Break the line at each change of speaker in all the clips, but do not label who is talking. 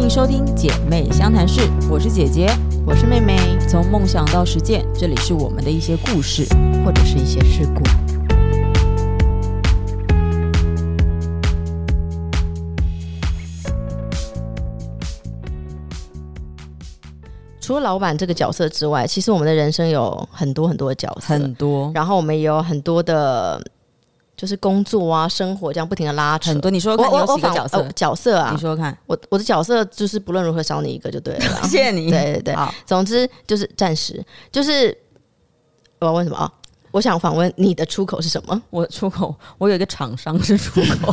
迎收听《姐妹相谈室》，我是姐姐。
我是妹妹，
从梦想到实践，这里是我们的一些故事。
或者是一些事故。除了老板这个角色之外，其实我们的人生有很多很多的角色，
很多
然后我们也有很多的，就是工作啊、生活这样不停的拉扯。
很多，你说
我
说看你
我
有
我
几个
反
角色？
呃角色啊
你，说说 看。
我我的角色就是不论如何少你一个就对了啦。
谢谢你。
对对对，
好，
总之就是暂时就是我要问什么啊？我想访问你的出口是什么？
我出口，我有一个厂商是出口，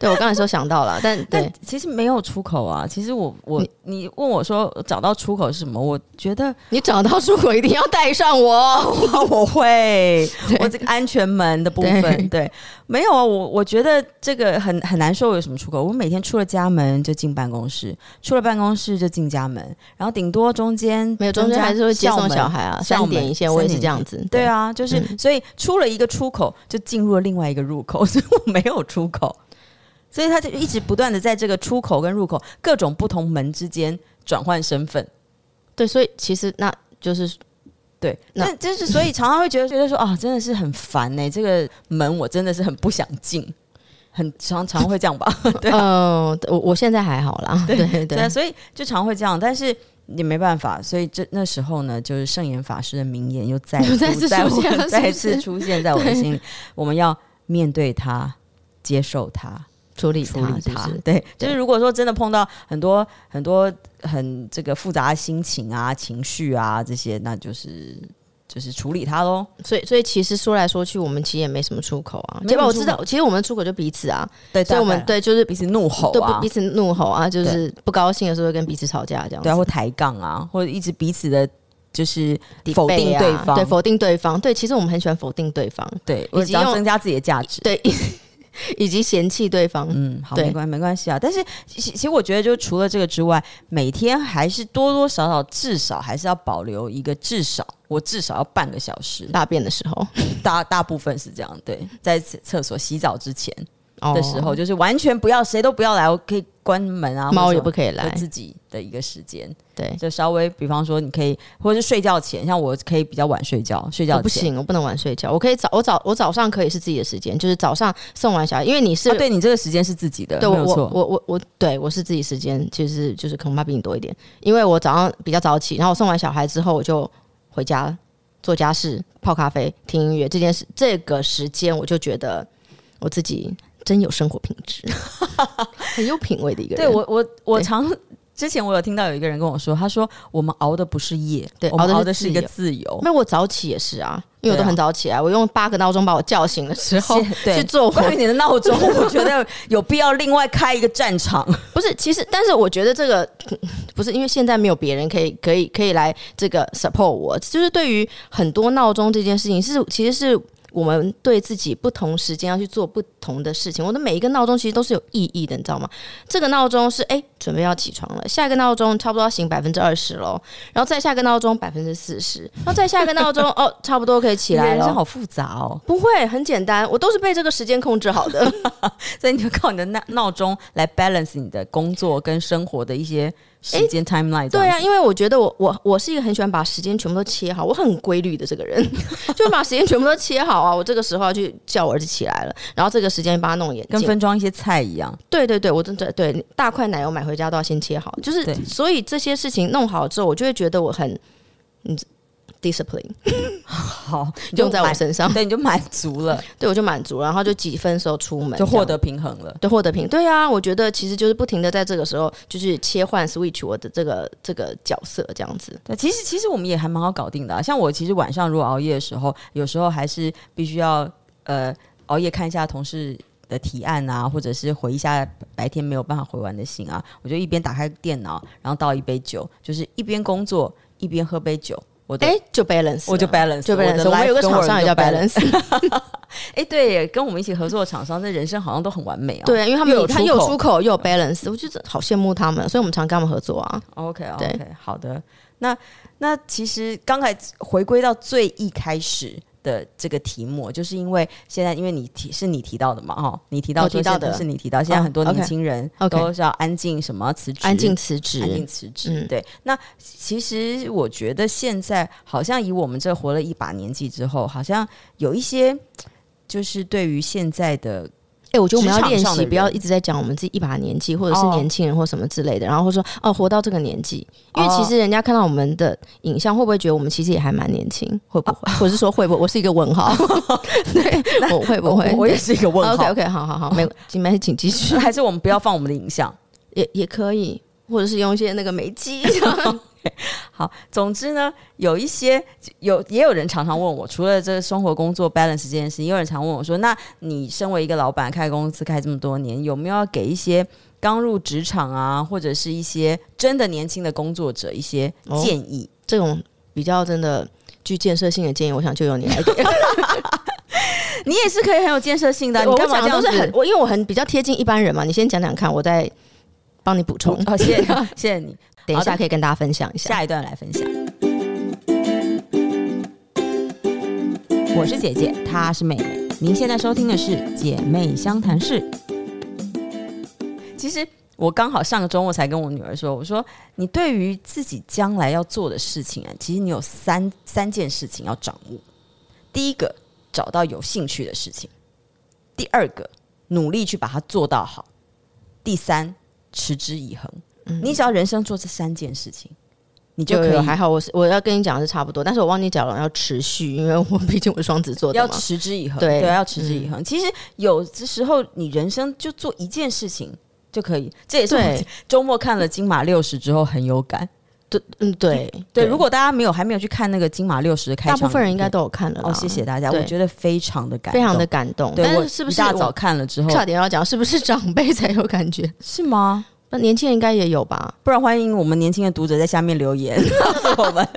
对我刚才说想到 了，但 对
但 其实没有出口啊。其实我我你问我说找到出口是什么？我觉得
你找到出口一定要带上我。
哇，我会，我这个安全门的部分，对，
对
没有啊，我我觉得这个很很难说我有什么出口。我每天出了家门就进办公室，出了办公室就进家门，然后顶多中间
没有，中间还是会接送小
孩。
孩啊，
校门
三点一线，我也是这样子。
对，啊，就是、
嗯
所以出了一个出口，就进入了另外一个入口， 所以我没有出口，所以他就一直不断的在这个出口跟入口各种不同门之间转换身份。
对，所以其实那就是
对，
那
那就是所 以常常会觉得觉得说啊，真的是很烦呢、这个门我真的是很不想进，很常常会这样吧。对啊
嗯，我我现在还好啦。 对 对
对啊，所以就常会这样，但是也没办法，所以这那时候呢，就是圣严法师的名言又 再
再次
在我
出现了
再
是
次
不是
出现在我的心里，我们要面对它，接受它。
处理
处理
它，
它
是不是
对，就
对
是如果说真的碰到很多很多很这个复杂的心情啊、情绪啊这些，那就是就是处理它喽。
所以所以其实说来说去，我们其实也没什么出口啊。
没
结
有
果我
出
知道，其实我们的出口就彼此啊，
对，
所以我们
大概
对就是
彼此怒吼
对
啊
不彼，此怒吼啊，就是不高兴的时候会跟彼此吵架这样子。
对啊，或抬杠啊，或者一直彼此的，就是否
debate
定
啊
对方，
对否定对方，对，其实我们很喜欢否定对方，
对，我
以及
只要
用
增加自己的价值。
对， 以及嫌弃对方，
嗯，好，
对
没关没关系啊。但是其其实我觉得，就除了这个之外，每天还是多多少少，至少还是要保留一个，至少我至少要半个小时，
大便的时候
大大部分是这样。对，在厕厕所洗澡之前的时候，
哦
就是完全不要谁都不要来，我可以关门啊，
猫
或者什
也
么
不可以
就
来，
自己的一个时间，
对，
就稍微，比方说你可以，或者是睡觉前，像我可以比较晚睡觉，睡
我
觉
不
前。
行，我不能晚睡觉。我可以早，我早我早上可以是自己的时间，就是早上送完小孩，因为你是、
啊，对你这个时间是自己的，
对
没
我
有
我
错。
我我我对我是自己时间，其实就是恐怕比你多一点，因为我早上比较早起，然后我送完小孩之后我就回家做家事、泡咖啡、听音乐这件事，这个时间我就觉得我自己真有生活品质， 很有品味的一个人。
对我我我
对
常之前我有听到有一个人跟我说，他说我们熬的不是夜，
对
我们
熬的是
熬的是一个
自由
自由。
那我早起也是啊，因为
对
我都
啊
很早起来，我用八个闹钟把我叫醒了 之后
是对
去做我
关于你的闹钟，我觉得有必要另外开一个战场。
不是，其实，但是我觉得这个 不是因为现在没有别人可以可以可以来这个 support 我，就是对于很多闹钟这件事情是其实是。我们对自己不同时间要去做不同的事情，我的每一个闹钟其实都是有意义的，你知道吗？这个闹钟是哎、准备要起床了，下一个闹钟差不多要醒百分之二十喽，然后再下一个闹钟百分之四十，然后再下一个闹钟哦，差不多可以起来
人生
了。
好复杂哦，
不会，很简单，我都是被这个时间控制好的。
所以你就靠你的闹闹钟来 balance 你的工作跟生活的一些时间 timeline 这
对
样
啊，
子。
因为我觉得我我我是一个很喜欢把时间全部都切好，我很规律的这个人， 就把时间全部都切好啊。我这个时候要去叫我儿子起来了，然后这个时间帮他弄眼
跟
镜。
分装一些菜一样，
对对对，我真的对大块奶油买回家都要先切好，就是
对
所以这些事情弄好之后，我就会觉得我很嗯 discipline
好，你
用在我
满
身 上，
对，你就满足了，
对我就满足了，然后就几分的时候出门，
就
这
获
样
得平衡了。
对获得平。对啊，我觉得其实就是不停的在这个时候就是切换 switch 我的这个这个角色这样子。
对，其实其实我们也还蛮好搞定的、啊。像我其实晚上如果熬夜的时候，有时候还是必须要呃熬夜看一下同事的提案啊，或者是回一下白天没有办法回完的信啊。我就一边打开电脑，然后倒一杯酒，就是一边工作一边喝杯酒。我的、
哎，就 balance，
我就
了
balance，
就
我
balance，
的
我们
life
有个
跟
厂
work
商也
就
叫 balance，
哎，对耶，跟我们一起合作的厂商，这人生好像都很完美啊。
对，因为他们
又有
有他
出
又有
口
出口又有 balance，我觉得好羡慕他们，啊所以我们常跟他们合作啊。
OK
对
OK，好的。那那其实刚才回归到最一开始的这个题目，就是因为现在因为你提是你提到的嘛，哈、哦，你提到
我
说
提到
现在
的
是你提到，现在很多
哦，OK
年轻人
OK
都是要安静什么辞职，
安静辞职，
安静辞职。
嗯
对，那其实我觉得现在好像以我们这活了一把年纪之后，好像有一些就是对于现在的
哎、我觉得我们
职
要
场
练
上的
习，
人
不要一直在讲我们自己一把年纪，或者是
哦
年轻人或什么之类的，然后或者说哦，活到这个年纪，因为
哦
其实人家看到我们的影像，会不会觉得我们其实也还蛮年轻？会不会？或者是说会不会？我是一个问号， 对，我会不会？
哦我我也是一个问号。
OK OK，好好好，没没关系，请 继续，
还是我们不要放我们的影像。
也也可以，或者是用一些那个美肌，
好，总之呢，有一些有也有人常常问我，除了这个生活工作 balance 这件事，也有人常问我说，那你身为一个老板，开公司开这么多年，有没有要给一些刚入职场啊，或者是一些真的年轻的工作者一些
哦
建议？
这种比较真的具建设性的建议，我想就由 你来哎给。
你也是可以很有建设性的啊、
我
你
我
干嘛这
讲的
样
都
子
是？很我，因为我很比较贴近一般人嘛，你先讲讲看，我再帮你补充。
哦，谢谢，谢谢你。
等一
好
下
的
可以跟大家分享一下。
下一段来分享。我是姐姐，她是妹妹。您现在收听的是《姐妹相谈室》。其实我刚好上个周末才跟我女儿说，我说你对于自己将来要做的事情啊，其实你有三三件事情要掌握。第一个，找到有兴趣的事情；第二个，努力去把它做到好；第三，持之以恒。你只要人生做这三件事情，你就
就
可以
嗯有还好，我是我要跟你讲的是差不多，但是我忘记讲了要持续，因为我毕竟我是双子座的
要
嘛。
持之以恒，
对嗯
要持之以恒。其实有的时候你人生就做一件事情就可以，这也是我
对
周末看了《金马六十》之后很有感。
对，嗯，对
对，如果大家没有还没有去看那个《金马六十》的开
大
场，
部分人应该都有看了啦
哦，谢谢大家，
对
我觉得非常的感动，
非常的感动。
对，
但
我
是是不
一
是
大
我
早看了之后
差点要讲，是不是长辈才有感觉？
是吗？
那年轻人应该也有吧？
不然欢迎我们年轻的读者在下面留 言，告诉我们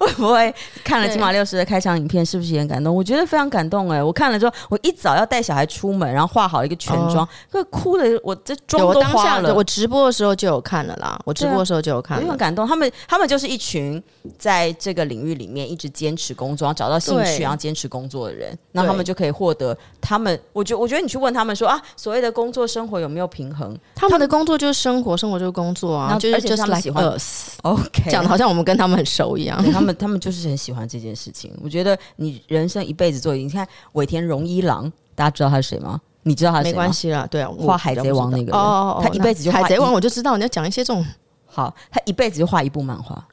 会不会看了《
对
金马六十》的开场影片，是不是也很感动？我觉得非常感动哎、我看了之后，我一早要带小孩出门，然后化好一个全妆，可、哭的我这妆
哦对我
都
当
花
下
了。
我直播的时候就有看了啦，我直播的时候就有看
我就
了
很。感动，他们他们就是一群在这个领域里面一直坚持工作，然后找到兴趣，
对
然后坚持工作的人，那他们就可以获得他们。我觉我觉得你去问他们说啊，所谓的工作生活有没有平衡
他们的工作就是生活，生活就是工作
然
啊，
后
就是
而且
just
他们
like
喜欢
us，
？OK，
讲的好像我们跟他们很熟一样。
对他们他们就是很喜欢这件事情。我觉得你人生一辈子做，你看尾田荣一郎，大家知道他是谁吗？你知道他是
没
谁吗
关？系啦，对啊，我
画海贼王那个人
哦哦哦，
他一辈子就
那
画
海
一
贼王，我就知道你要讲一些这种
好，他一辈子就画一部漫画。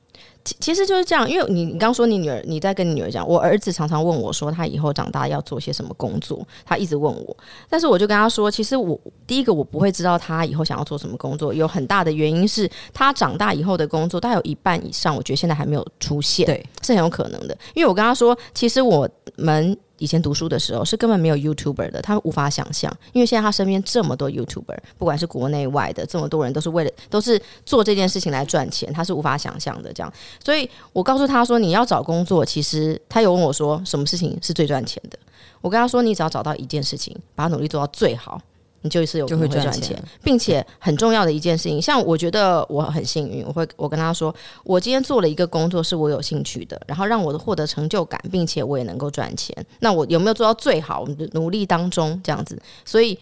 其其实就是这样，因为你你刚说你女儿，你在跟你女儿讲，我儿子常常问我说，他以后长大要做些什么工作，他一直问我，但是我就跟他说，其实我第一个我不会知道他以后想要做什么工作，有很大的原因是他长大以后的工作，大概有一半以上，我觉得现在还没有出现，
对，
是很有可能的，因为我跟他说，其实我们。以前读书的时候是根本没有 YouTuber 的，他无法想象，因为现在他身边这么多 YouTuber，不管是国内外的，这么多人都是为了都是做这件事情来赚钱，他是无法想象的这样。所以我告诉他说，你要找工作，其实他有问我说，什么事情是最赚钱的？我跟他说，你只要找到一件事情，把它努力做到最好，你就是有
就
可能
会
会
赚
赚
钱
钱，并且很重要的一件事情，像我觉得我很幸运，我会我跟他说，我今天做了一个工作是我有兴趣的，然后让我获得成就感，并且我也能够赚钱。那我有没有做到最好？我们努力当中这样子，所以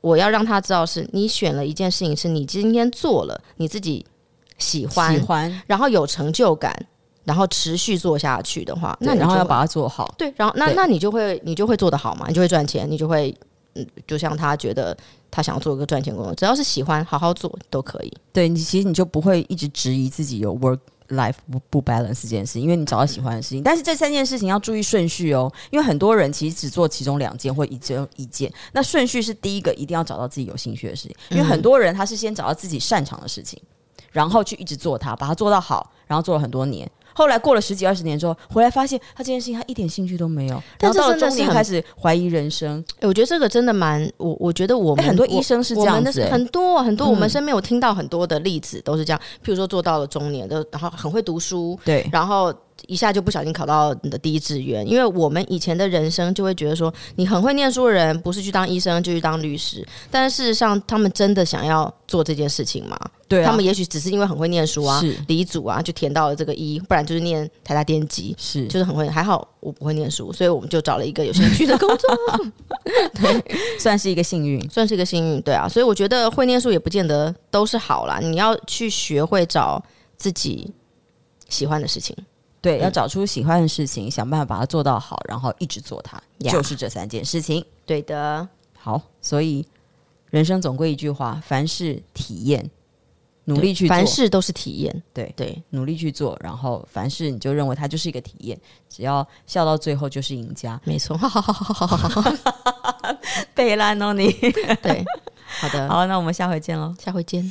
我要让他知道是，你选了一件事情，是你今天做了，你自己喜欢
喜，欢，
然后有成就感，然后持续做下去的话，那
对
你
然后
就
要
会
把它做好。
对，然后那
对
那你就会你就会做得好嘛，你就会赚钱，你就会嗯，就像他觉得他想做一个赚钱工作，只要是喜欢，好好做都可以。
对你，其实你就不会一直质疑自己有 work life 不不 balance 这件事，因为你找到喜欢的事情。但是这三件事情要注意顺序哦，因为很多人其实只做其中两件或一件一件。那顺序是第一个，一定要找到自己有兴趣的事情，
嗯
因为很多人他是先找到自己擅长的事情，然后去一直做它，把它做到好，然后做了很多年。后来过了十几二十年之后，回来发现他这件事情他一点兴趣都没有，然
但
后
这
到了
真的
中
是
年
很
开始怀疑人生。
哎、我觉得这个真的蛮我，我觉得我们、
哎很多
我
医生是这
我们
样
的
子、哎
很多很多，我
嗯
们身边有听到很多的例子都是这样，譬如说做到了中年的，然后很会读书，
对
然后一下就不小心考到你的第一志愿，因为我们以前的人生就会觉得说，你很会念书的人不是去当医生就去当律师，但是事实上他们真的想要做这件事情吗？
对啊，
他们也许只是因为很会念书啊
是，
理组啊就填到了这个医，不然就是念台大电机，
是
就是很会，还好我不会念书，所以我们就找了一个有兴趣的工 作，
算是一个幸运。
算是一个幸运，对啊，所以我觉得会念书也不见得都是好啦，你要去学会找自己喜欢的事情，
对，
嗯
要找出喜欢的事情，想办法把它做到好，然后一直做它
呀
就是这三件事情。
对的，
好，所以人生总归一句话：凡事体验，努力去做，
凡事都是体验，
对
对，
努力去做，然后凡事你就认为它就是一个体验，只要笑到最后就是赢 家。
没错， 好好好好好好好，
贝拉诺尼，
对，好的，
嗯好，那我们下回见喽。
下回见。